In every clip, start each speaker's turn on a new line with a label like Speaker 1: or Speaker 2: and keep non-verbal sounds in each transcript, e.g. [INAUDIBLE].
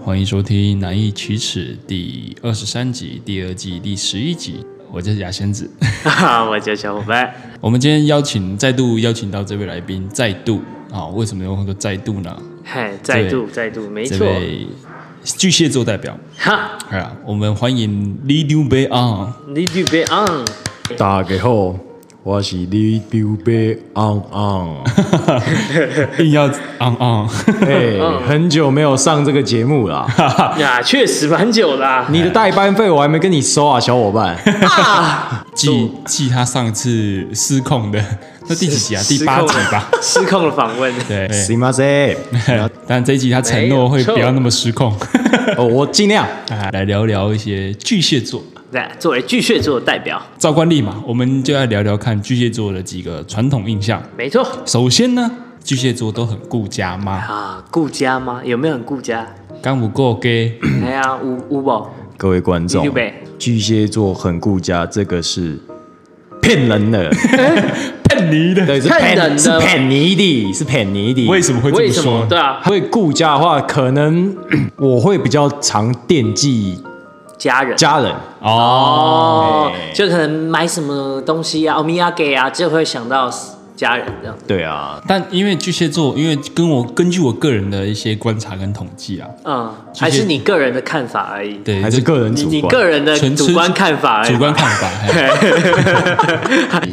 Speaker 1: 欢迎收听《难易启齿》第二十三集，第二季第十一集。我叫雅仙子， [LAUGHS]
Speaker 2: 我叫小伙伴。
Speaker 1: 我们今天邀请再度邀请到这位来宾，再度啊、为什么用说再度呢？
Speaker 2: 嗨，再度再度，没
Speaker 1: 这
Speaker 2: 错。
Speaker 1: 位巨蟹座代表，
Speaker 2: 哈
Speaker 1: 哎呀，我们欢迎 l i d u b e on。
Speaker 2: 你就别嗯 on，
Speaker 3: 大家好，我是李彪贝昂
Speaker 2: [LAUGHS]
Speaker 3: 昂。
Speaker 1: 硬要 Ah 昂昂，
Speaker 3: 嘿，哎很久没有上这个节
Speaker 2: [LAUGHS]
Speaker 3: 目啦，
Speaker 2: 呀，确实蛮久啊啦。
Speaker 3: 你的代班费我还没跟你收啊，小
Speaker 2: [LAUGHS]
Speaker 3: 伙伴。
Speaker 1: 记记他上次失控的，那第几集啊？第八集吧。
Speaker 2: 失控了访问。 [LAUGHS]
Speaker 1: 对，
Speaker 3: s i m a s
Speaker 1: 对但这一集他承诺会不要那么失控， [LAUGHS]
Speaker 3: 哦，我尽量。
Speaker 1: 啊来聊聊一些巨蟹座。
Speaker 2: 来，作为巨蟹座的代表，
Speaker 1: 照惯例嘛，我们就来聊聊看巨蟹座的几个传统印象。
Speaker 2: 没错
Speaker 1: 首先呢，巨蟹座都很顾家嘛，
Speaker 2: 啊，顾家吗？有没有很顾
Speaker 1: [CLEARS THROAT]
Speaker 2: 家？
Speaker 1: 刚不够给， [COUGHS]
Speaker 2: 哎呀，五五宝，
Speaker 3: 各位观众
Speaker 2: 李彪贝，
Speaker 3: 巨蟹座很顾家，这个是骗
Speaker 2: [LAUGHS]
Speaker 3: 人的，
Speaker 1: 骗你的。
Speaker 3: 对，是
Speaker 2: 骗人的
Speaker 3: 是骗你的，是骗你的。
Speaker 1: 为什么会这
Speaker 2: 为
Speaker 1: 么
Speaker 2: 什么
Speaker 1: 说？？
Speaker 2: 对啊，
Speaker 3: 会顾家的话，可能 [CLEARS THROAT] 我会比较常惦记
Speaker 2: 家人。
Speaker 3: 家人。
Speaker 1: 哦，
Speaker 2: 哦
Speaker 3: 哎，
Speaker 2: 就可能买什么东西啊，欧米亚给啊，就会想到家人这样。
Speaker 3: 对啊，
Speaker 1: 但因为巨蟹座，因为跟我根据我个人的一些观察跟统计啊，
Speaker 2: 嗯，
Speaker 1: 巨蟹
Speaker 2: 还是你个人的看法而已。
Speaker 1: 对，
Speaker 3: 还
Speaker 1: 这
Speaker 3: 是个人
Speaker 2: 你
Speaker 3: 主
Speaker 2: 你
Speaker 3: 观。
Speaker 2: 个人的
Speaker 1: 纯
Speaker 2: 主观看法而已。
Speaker 1: 主
Speaker 2: [LAUGHS]
Speaker 1: 观看法。嘿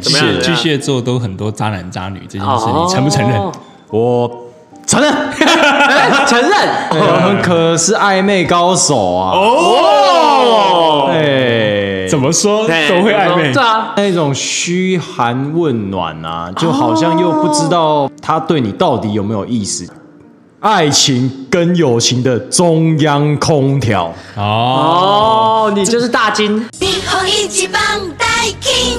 Speaker 2: 怎
Speaker 1: 巨
Speaker 2: 么
Speaker 1: 蟹
Speaker 2: 样？怎么
Speaker 1: 巨
Speaker 2: 样
Speaker 1: 蟹座都很多渣男渣女这件事，你承不承认？
Speaker 2: 哦
Speaker 3: 我承认。
Speaker 2: 哎承
Speaker 3: [LAUGHS]
Speaker 2: 认。
Speaker 3: 我们啊可是暧昧高手啊！
Speaker 2: 哦，
Speaker 3: 哎，
Speaker 1: 怎么说
Speaker 2: 对
Speaker 1: 都会暧昧
Speaker 2: 对，啊，
Speaker 3: 那种嘘寒问暖啊，就好像又不知道他对你到底有没有意思。爱情跟友情的中央空调，
Speaker 1: 哦，
Speaker 2: 哦，你就是大
Speaker 1: [LAUGHS]
Speaker 2: 金，
Speaker 4: 你好，一起帮带 king。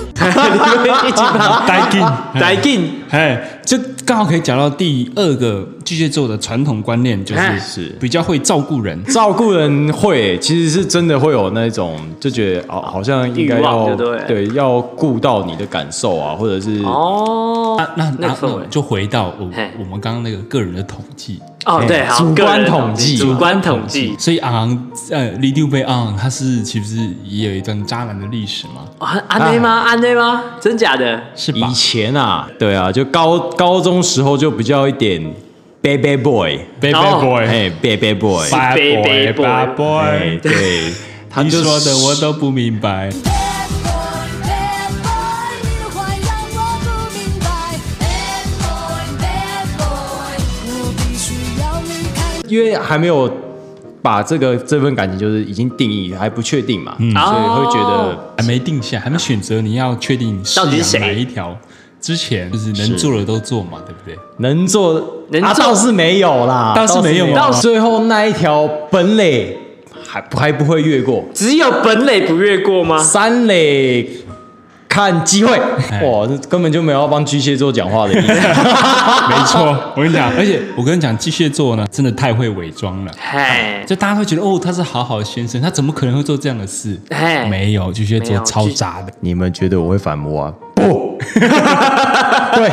Speaker 2: 一起吧，
Speaker 1: 呆
Speaker 2: [LAUGHS]
Speaker 1: 劲，
Speaker 2: 大金，
Speaker 1: 哎，这刚好可以讲到第二个巨蟹座的传统观念，就
Speaker 2: 哎
Speaker 1: 是
Speaker 3: 是
Speaker 1: 比较会照顾人。
Speaker 3: 照顾人会其实是真的会有那种就觉得哦，好像应该
Speaker 2: 欲望
Speaker 3: 要
Speaker 2: 就对了
Speaker 3: 对要顾到你的感受啊，或者是
Speaker 2: 哦，
Speaker 1: 嗯啊那那嗯
Speaker 2: 那
Speaker 1: 那
Speaker 2: 个氛围
Speaker 1: 那我们就回到我
Speaker 2: 嘿
Speaker 1: 我们刚刚那个个人的统计，
Speaker 2: 哦，对，
Speaker 3: 哎
Speaker 2: 好，
Speaker 3: 主观
Speaker 2: 个人
Speaker 3: 统计
Speaker 2: 主观统计，
Speaker 1: 所以昂呃 l i d u b e on，他是其实也有一段渣男的历史嘛，
Speaker 2: 啊安内吗？安内吗？真假的？
Speaker 1: 是吧
Speaker 3: 以？前啊，对啊，就高高中时候就比较一点 baby boy，
Speaker 1: Baby
Speaker 2: 哦
Speaker 1: boy，
Speaker 3: 哎 baby boy，
Speaker 1: bad
Speaker 2: Baby 哎 boy
Speaker 1: boy，bad boy，
Speaker 3: 哎，对， [LAUGHS] 他
Speaker 1: 你
Speaker 3: 就
Speaker 1: 说的我都不明白。
Speaker 4: Bad boy, bad boy，你的坏让我不明白。Bad boy, bad boy，我必须要离开。
Speaker 3: 因为还没有把这个这份感情就是已经定义，还不确定嘛，
Speaker 1: 嗯
Speaker 3: 所以会觉得
Speaker 1: 还没定下，还没选择你要确定是
Speaker 2: 到底是谁
Speaker 1: 哪一条之前，就是能
Speaker 3: 是
Speaker 1: 做的都做嘛，对不对？
Speaker 3: 能做
Speaker 2: 能
Speaker 3: 啊
Speaker 2: 做
Speaker 3: 倒是没有啦，
Speaker 1: 倒是没有啊
Speaker 3: 到
Speaker 1: 吗
Speaker 3: 最后那一条本垒还还不会越过
Speaker 2: 只有本垒不越过吗？
Speaker 3: 三垒。看机会，
Speaker 1: 哎
Speaker 3: 哇，这根本就没有要帮巨蟹座讲话的意
Speaker 1: [LAUGHS]
Speaker 3: 思。
Speaker 1: 没错，我跟你讲，而且我跟你讲，巨蟹座呢，真的太会伪装了。
Speaker 2: 嘿，
Speaker 1: 就大家会觉得哦，他是好好先生，他怎么可能会做这样的事？
Speaker 2: 嘿
Speaker 1: 没有，巨蟹
Speaker 2: 哎没
Speaker 1: 座
Speaker 2: 有
Speaker 1: 超
Speaker 2: 巨
Speaker 1: 渣的。
Speaker 3: 你们觉得我会反驳啊？不， [LAUGHS] 对，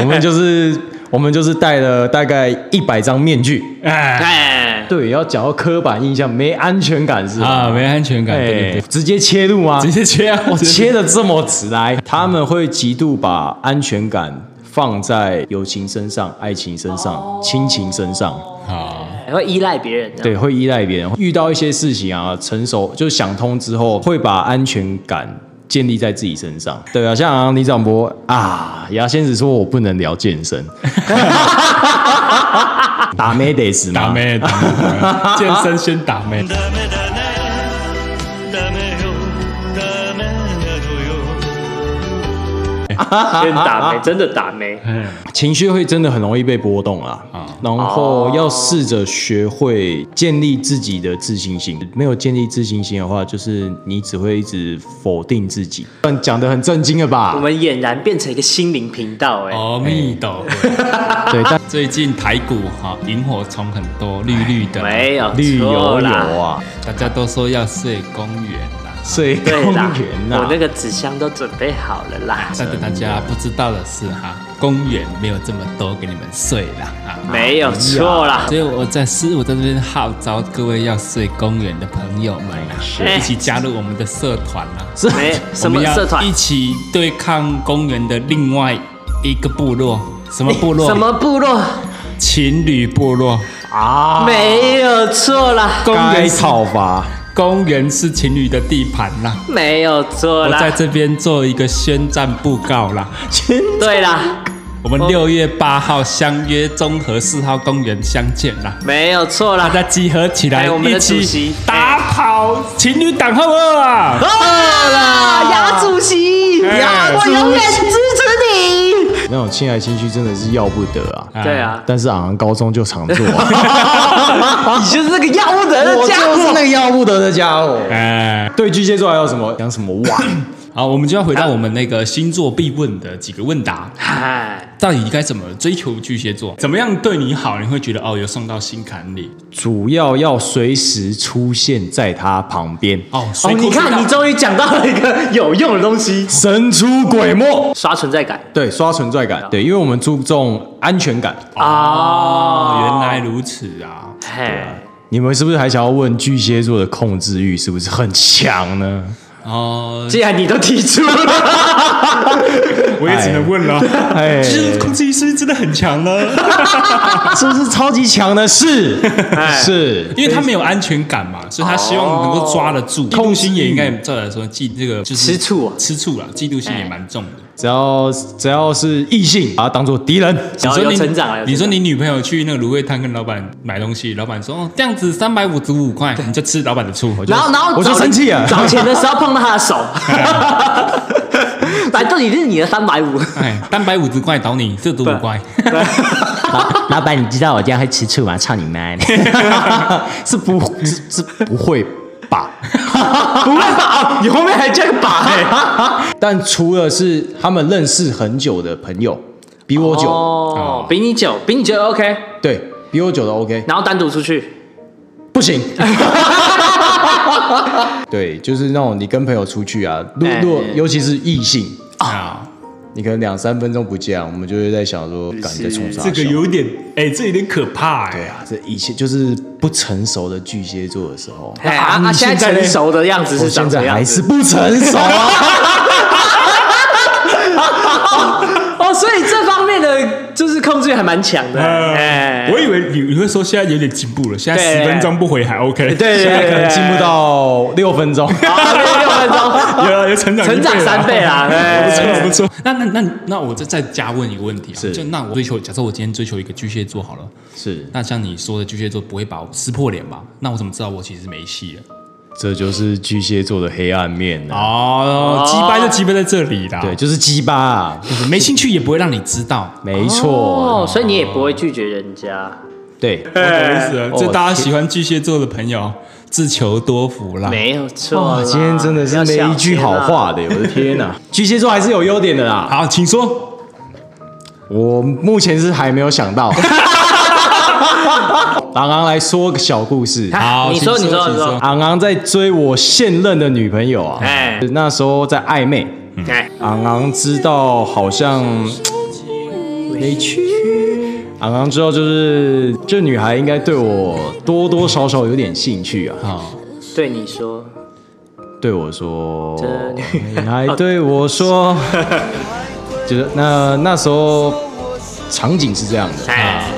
Speaker 3: 我们就是我们就是戴了大概一百张面具。
Speaker 1: 哎
Speaker 2: 哎，
Speaker 3: 对，要讲到刻板印象，没安全感是吧？
Speaker 1: 啊，没安全感，
Speaker 3: 哎
Speaker 1: 对对对，
Speaker 3: 直接切入吗？
Speaker 1: 直接切啊，
Speaker 3: 我
Speaker 1: 直接
Speaker 3: 切的这么直来，他们会极度把安全感放在友情身上、爱情身上、亲情身上，
Speaker 1: 好，
Speaker 2: 会依赖别人的，
Speaker 3: 对，会依赖别人。遇到一些事情啊，成熟就想通之后，会把安全感建立在自己身上。对啊，像李长博啊，牙仙子说我不能聊
Speaker 1: [LAUGHS]
Speaker 3: 健身，打妹得死吗？
Speaker 1: 打
Speaker 2: [LAUGHS]
Speaker 1: 妹，打妹打妹健身先打妹。
Speaker 2: 真
Speaker 1: 啊
Speaker 2: 打没，真的打没，
Speaker 1: 嗯
Speaker 3: 情绪会真的很容易被波动啊，然后要试着学会建立自己的自信心。没有建立自信心的话，就是你只会一直否定自己。但讲的很震惊了
Speaker 2: 我
Speaker 3: 吧？
Speaker 2: 们俨然变成一个心灵频道，哎，
Speaker 1: 阿弥陀佛，
Speaker 3: 对，但
Speaker 1: 最近台股哈萤火虫很多，绿绿的，
Speaker 2: 哎没有
Speaker 3: 绿油
Speaker 2: 错
Speaker 3: 油
Speaker 2: 啦，
Speaker 3: 啊，
Speaker 1: 大家都说要睡公园啦。
Speaker 3: 水公
Speaker 2: 对啦，
Speaker 3: 园
Speaker 1: 啊
Speaker 3: 啊呐、
Speaker 2: 我那个纸箱都准备好了啦。
Speaker 1: 但是大家不知道的是哈，公园没有这么多给你们睡啦啊。
Speaker 2: 没有错啦，
Speaker 1: [LAUGHS] 所以我在师我在这边号召各位要睡公园的朋友们啊，
Speaker 2: 哎
Speaker 1: 一起加入我们的社团啊。
Speaker 3: 是
Speaker 2: 没什么
Speaker 1: 我们要
Speaker 2: 社团
Speaker 1: 一，起对抗公园的另外一个部落，什么部落？
Speaker 2: 什么部落？啊
Speaker 1: 情侣部落？
Speaker 3: 啊，
Speaker 2: 没有错啦，
Speaker 1: 公
Speaker 3: 该
Speaker 1: 园是
Speaker 3: 讨伐。
Speaker 1: 公园是情侣的地盘啦。
Speaker 2: 没有错
Speaker 1: 我在
Speaker 2: 啦，
Speaker 1: 这边做一个宣战布告啦。
Speaker 2: 对啦，
Speaker 1: 我们六月八号相约中和四号公园相见啦，
Speaker 2: 没有错啦
Speaker 1: 大。家集合起来
Speaker 2: 哎我们
Speaker 1: 一
Speaker 2: 的主
Speaker 1: 起
Speaker 2: 席
Speaker 1: 打跑情侣党，好不好啊？
Speaker 2: 错啦，牙主席，
Speaker 1: 哎
Speaker 2: 我永远支持你。
Speaker 3: 那种亲来亲去真的是要不得啊。
Speaker 2: 对啊，
Speaker 3: 但是好像高中就常做、啊
Speaker 2: 你就是那个要不得的
Speaker 3: [LAUGHS] 我就
Speaker 2: 家
Speaker 3: 是
Speaker 2: 伙。
Speaker 3: 那个要不得的家伙。
Speaker 1: 哎，
Speaker 3: 对巨蟹座还有什么讲什么哇？
Speaker 1: 好，我们就要回到我们那个星座必问的几个问答，
Speaker 2: 哎，
Speaker 1: 到底该怎么追求巨蟹座？怎么样对你好，你会觉得哦，有送到心坎里
Speaker 3: 主要要随时出现在他旁边，
Speaker 1: 哦。
Speaker 2: 哦，
Speaker 1: 随口
Speaker 2: 你
Speaker 1: 就到
Speaker 2: 看，你终于讲到了一个有用的东西，
Speaker 3: 神出鬼没。
Speaker 2: 刷存在感
Speaker 3: 对，刷存在感，对，因为我们注重安全感。
Speaker 2: 哦
Speaker 1: 哦，原来如此啊。
Speaker 2: 嘿，
Speaker 3: 你们是不是还想要问巨蟹座的控制欲是不是很强呢？
Speaker 1: 哦，
Speaker 2: 既然你都提出了，
Speaker 1: 我
Speaker 3: 也只能
Speaker 1: 问了。
Speaker 2: [LAUGHS]
Speaker 3: 哎，
Speaker 1: 其实
Speaker 3: 是
Speaker 1: 控制欲是不是真的很强呢？
Speaker 3: 不哎是超级强的？是
Speaker 2: 哎
Speaker 3: 是，
Speaker 1: 因为他没有安全感嘛，所以他希望能够抓得住。嫉妒心也应该照来说，嫉这个就是
Speaker 2: 哦吃醋啊
Speaker 1: 吃醋啦，嫉妒心也蛮重的。
Speaker 3: 只要只要是异性，把他当做敌人。
Speaker 2: 然后
Speaker 1: 你
Speaker 2: 有
Speaker 1: 你
Speaker 2: 成长啊了，有
Speaker 1: 你说
Speaker 2: 成
Speaker 1: 你
Speaker 2: 长
Speaker 1: 女朋友去那个卤味摊跟老板买东西，老板说哦这样子三百五十五块，你就吃老板的醋。我就
Speaker 2: 然后然后
Speaker 3: 我就
Speaker 2: 找
Speaker 3: 生气啊
Speaker 2: [LAUGHS]
Speaker 3: 了
Speaker 2: 找钱的时候碰到他的
Speaker 3: [LAUGHS]
Speaker 2: 手，来，这里是你的三百五，
Speaker 1: 哎，三百五十块找你四十五块，
Speaker 5: 老老板，你知道我这样会吃醋吗？操你妈！
Speaker 3: 是不是是不会吧？
Speaker 2: [LAUGHS] 不会
Speaker 3: [LAUGHS]
Speaker 2: 吧？你后面还加个把欸，
Speaker 3: 但除了是他们认识很久的朋友，比我久，
Speaker 2: 哦，比你久，比你久 OK，
Speaker 3: 对比我久的 OK，
Speaker 2: 然后单独出去，
Speaker 3: 不行。 [LAUGHS] 对，就是那种你跟朋友出去啊，如
Speaker 2: 哎
Speaker 3: 如果尤其是异性，
Speaker 1: 啊，
Speaker 3: 你可能两三分钟不见啊，我们就会在想说，敢在冲啥？
Speaker 1: 这个有点哎，这有点可怕
Speaker 3: 对
Speaker 1: 哎。
Speaker 3: 啊，这一切就是不成熟的巨蟹座的时候，
Speaker 2: 哎，啊，啊现在成熟的样子
Speaker 3: 我
Speaker 2: 是
Speaker 3: 现
Speaker 2: 长什
Speaker 3: 在
Speaker 2: 么样
Speaker 3: 还是
Speaker 2: 子？
Speaker 3: 不成熟啊。
Speaker 2: 哦，所以这方面的就是控制欲还蛮强的，
Speaker 3: 嗯
Speaker 2: 哎，
Speaker 1: 我以为你你会说现在有点进步了，现在
Speaker 2: 对
Speaker 1: 十分钟不回还 OK，
Speaker 2: 对对
Speaker 3: 现在
Speaker 2: 对，
Speaker 3: 可能进步到六分钟，
Speaker 2: 啊六分
Speaker 1: [LAUGHS] 有
Speaker 2: 钟，
Speaker 1: 了有成长一
Speaker 2: 成长
Speaker 1: 倍了
Speaker 2: 三
Speaker 1: [LAUGHS]
Speaker 2: 倍啦，
Speaker 1: 不错
Speaker 2: 哎，
Speaker 1: 不错。那那那那我再再加问一个问题啊，
Speaker 3: 是
Speaker 1: 就那我追求，假设我今天追求一个巨蟹座好了，
Speaker 3: [LAUGHS] 是，
Speaker 1: 那像你说的巨蟹座不会把我撕破脸吧？那我怎么知道我其实没戏了？
Speaker 3: 这就是巨蟹座的黑暗面啊。
Speaker 1: 哦，击败就击败在这里啦，
Speaker 3: 对，，就是鸡巴、啊，
Speaker 1: 就是没兴趣也不会让你知道。
Speaker 3: 没错。
Speaker 2: 哦，所以你也不会拒绝人家，
Speaker 3: 对，
Speaker 1: 我懂意思了，
Speaker 3: 哦
Speaker 1: 就大家喜欢巨蟹座的朋友自求多福啦。
Speaker 2: 没有错
Speaker 3: 哇，
Speaker 2: 啦，
Speaker 3: 今天真的是没一句好话的，我的天 [LAUGHS] 呐、巨蟹座还是有优点的啦，
Speaker 1: 好，请说。
Speaker 3: 我目前是还没有想 [LAUGHS] 到。昂昂来说个小故事。
Speaker 1: 好，
Speaker 2: 你说
Speaker 1: 请
Speaker 2: 你说
Speaker 1: 请
Speaker 2: 你说
Speaker 1: 说。
Speaker 3: 昂昂在追我现任的女朋友啊，
Speaker 2: 哎
Speaker 3: 那时候在暧昧。
Speaker 2: 要笑，哎，
Speaker 3: 昂昂知道好像没去。昂昂知道就是这女孩应该对我多多少少有点兴趣啊，
Speaker 1: 好，
Speaker 2: 对你说，
Speaker 3: 对我说
Speaker 2: 这女，
Speaker 3: 你还对
Speaker 2: [LAUGHS]
Speaker 3: 我说，就是那那时候场景是这样的，啊
Speaker 2: 哎，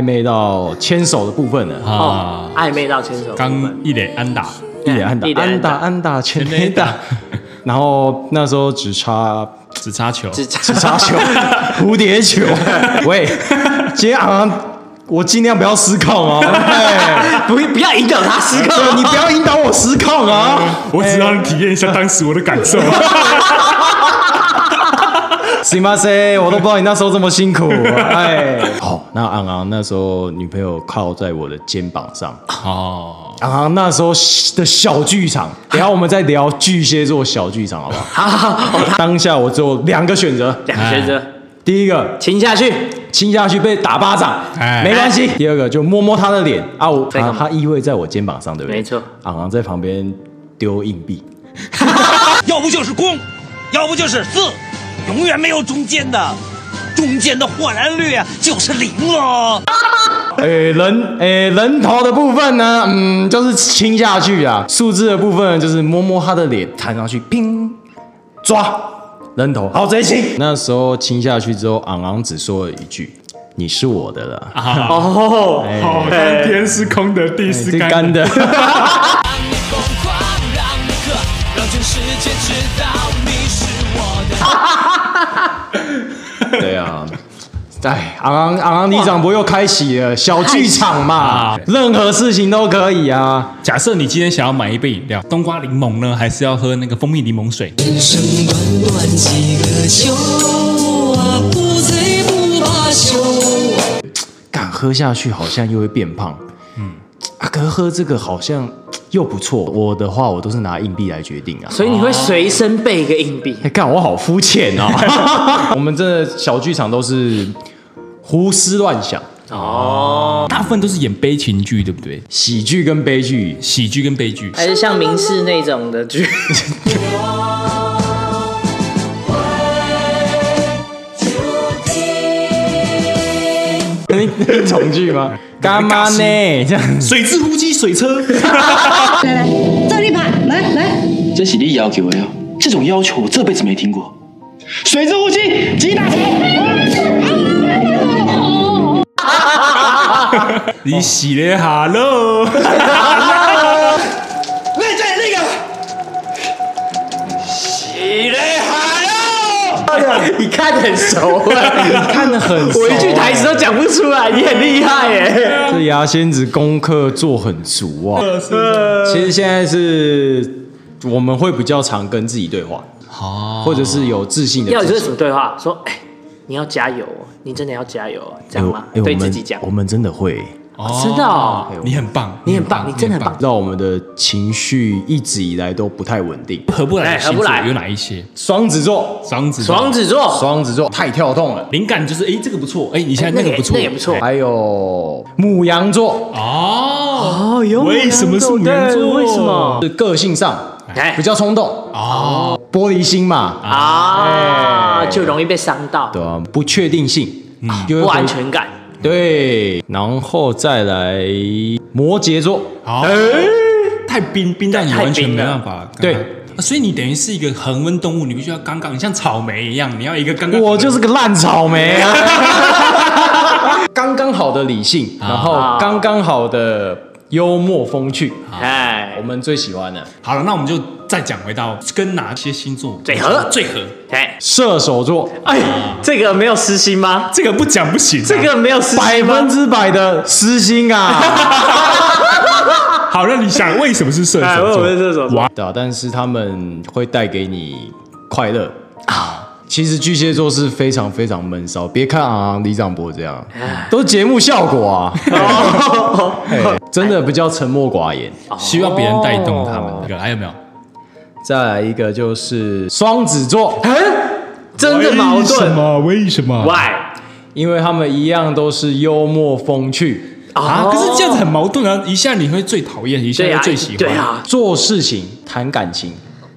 Speaker 3: 暧昧到牵手的部分了，
Speaker 2: 哦
Speaker 1: 啊，，
Speaker 2: 暧昧到牵手，
Speaker 1: 刚一脸安打，
Speaker 3: 一脸安打
Speaker 2: 一脸
Speaker 3: 安
Speaker 2: 安打
Speaker 3: 打安打全
Speaker 1: 全垒
Speaker 3: 垒打
Speaker 1: 打，
Speaker 3: [LAUGHS] 然后那时候只差 [LAUGHS]
Speaker 1: 只插球，
Speaker 2: 只
Speaker 3: 只差球 [LAUGHS] 蝴蝶球，喂，今天好像我尽量不要失控 [LAUGHS] 哦，哎
Speaker 2: 不不要引导他失控，
Speaker 3: 对你不要引导我失控啊，
Speaker 1: 我只让你体验一下当时我的感受。
Speaker 2: 哎
Speaker 3: 行吧，谁？我都不知道你那时候这么辛苦。 [LAUGHS] 哎，好，那昂昂那时候女朋友靠在我的肩膀上，
Speaker 1: [LAUGHS] 哦，
Speaker 3: 昂昂那时候的小剧场，等一下我们再聊巨蟹座小剧场，好不好？
Speaker 2: 好好好，
Speaker 3: 当下我只有两个选
Speaker 1: 哎
Speaker 3: 择，
Speaker 2: 两个选择，
Speaker 3: 第一个
Speaker 2: 亲下去，
Speaker 3: 亲下去被打巴掌，
Speaker 1: 哎
Speaker 3: 没关系；第二个就摸摸她的脸啊，我
Speaker 2: 在干
Speaker 3: 啊
Speaker 2: 嘛
Speaker 3: 她依偎在我肩膀上，对不对？
Speaker 2: 没错。
Speaker 3: 昂昂在旁边丢硬币。
Speaker 6: 要不就是公，要不就是字，永远没有中间的，中间的豁然率啊就是零了。
Speaker 2: 哎
Speaker 3: 诶，人诶，人头的部分呢，嗯，就是亲下去啊；数字的部分就是摸摸他的脸，弹上去，拼抓人头，好贼亲。那时候亲下去之后，昂昂只说了一句：“你是我的了。啊
Speaker 2: 哦，哎
Speaker 1: 好，但哎天是空的，地是
Speaker 3: 是
Speaker 1: 干
Speaker 3: 干的。
Speaker 7: 让你疯狂，让你渴，让全世界知道你是我的。
Speaker 3: [LAUGHS] 对啊。哎，昂昂昂昂，李长博又开启了小剧场嘛，任何事情都可以啊。
Speaker 1: 假设你今天想要买一杯饮料，冬瓜柠檬呢，还是要喝那个蜂蜜柠檬水？
Speaker 7: 人生短短几个秋啊，不醉不罢休。
Speaker 3: 敢喝下去好像又会变胖，嗯，啊，可是喝这个好像又不错。我的话，我都是拿硬币来决定啊。
Speaker 2: 所以你会随身备一个硬币
Speaker 3: 哎、干我好肤浅 [LAUGHS] 哦！我们真的小剧场都是胡思乱想，
Speaker 2: 嗯
Speaker 1: 大部分都是演悲情剧，对不对？
Speaker 3: 喜剧跟悲 [LAUGHS] 剧。
Speaker 1: 喜剧跟悲剧。
Speaker 2: 还是像明示那种的 [LAUGHS] 剧？
Speaker 3: 那重剧 [LAUGHS] 吗？干嘛呢？这样
Speaker 6: 水之呼吸，水车。
Speaker 8: 来来，照例牌，来来。
Speaker 9: 这是你要求的哦，这种要求我这辈子没听过。水之呼吸，击打
Speaker 1: 你洗了哈
Speaker 3: [LAUGHS]
Speaker 1: 喽，
Speaker 6: 那在那个，喜嘞
Speaker 3: [LAUGHS]
Speaker 6: 海喽。
Speaker 2: 你看得很熟啊，
Speaker 3: 看得很熟
Speaker 2: 我一句台词都讲不出来，你很厉害
Speaker 1: 哎
Speaker 2: 耶！
Speaker 3: 这牙仙子功课做很足 [LAUGHS] 啊。其实现在是我们会比较常跟自己对话，
Speaker 1: 哦，
Speaker 3: 或者是有自信的
Speaker 2: 要
Speaker 3: 自
Speaker 2: 你
Speaker 3: 己。
Speaker 2: 说什么对话？说哎、你要加油哦，你真的要加油哦，这样吗？
Speaker 3: 哎我
Speaker 2: 对
Speaker 3: 们
Speaker 2: 自己讲
Speaker 3: 我，们真的会
Speaker 2: 知道哦
Speaker 1: 你很棒，
Speaker 2: 你很棒你真的很棒
Speaker 3: 让我们的情绪一直以来都不太稳定。
Speaker 1: 合不来的
Speaker 2: 哎合
Speaker 1: 星
Speaker 2: 不
Speaker 1: 座
Speaker 2: 来
Speaker 1: 有哪一些？
Speaker 3: 双子座，
Speaker 1: 双子，
Speaker 2: 双，子座，
Speaker 3: 双子座太跳动了。
Speaker 1: 灵感就是哎，这个不错，哎，你现在那
Speaker 2: 那
Speaker 1: 个不错，
Speaker 2: 那也不错。
Speaker 3: 还有母羊座，
Speaker 1: 哦，
Speaker 2: 哦，有
Speaker 1: 为什么是母羊座
Speaker 2: 对为什么？
Speaker 3: 是个性上
Speaker 2: 哦哎
Speaker 3: 比较冲动哦，玻璃心嘛，
Speaker 2: 啊，
Speaker 1: 哎
Speaker 2: 就容易被伤到，
Speaker 3: 对啊，不确定性，就会
Speaker 2: 不
Speaker 3: 回
Speaker 2: 安全感。
Speaker 3: 对，然后再来摩羯座，哎
Speaker 1: 好，太冰冰到你完全没办法，
Speaker 3: 对
Speaker 1: 跟它。所以你等于是一个恒温动物，你必须要刚刚，你像草莓一样，你要一个刚刚。
Speaker 3: 我就是个烂草莓啊，刚刚好的理性，然后刚刚好的幽默风趣，我
Speaker 2: 哎，
Speaker 3: 们最喜欢的
Speaker 1: 好了，那我们就再讲回到跟哪些星座
Speaker 2: 最合
Speaker 1: 最合。
Speaker 2: 哎，
Speaker 3: 射手座，
Speaker 2: 哎，这个没有私心吗？
Speaker 1: 这个不讲不行啊、
Speaker 2: 这个没有私
Speaker 3: 百
Speaker 2: 心吗
Speaker 3: 分？之百的私心啊，
Speaker 1: 好，那你想为什么是射
Speaker 2: 哎，
Speaker 1: 手
Speaker 2: 我
Speaker 1: [LAUGHS] 座？
Speaker 2: 们射手座，
Speaker 3: 对啊，但是他们会带给你快乐啊。其实巨蟹座是非常非常闷骚，别看啊李长博这样，都是节目效果啊，嘿真的比较沉默寡言。
Speaker 1: 希望别人带动他们。这个还有没有？
Speaker 3: 再来一个就是双子座，
Speaker 2: 真的矛盾。
Speaker 1: 么？为什么
Speaker 2: Why？
Speaker 3: 因为他们一样都是幽默风趣，
Speaker 1: 啊？可是这样子很矛盾啊！一下你会最讨厌，一下
Speaker 2: 对
Speaker 1: 又
Speaker 2: 啊，
Speaker 1: 最喜欢。
Speaker 2: 对，啊，
Speaker 3: 做事情谈感情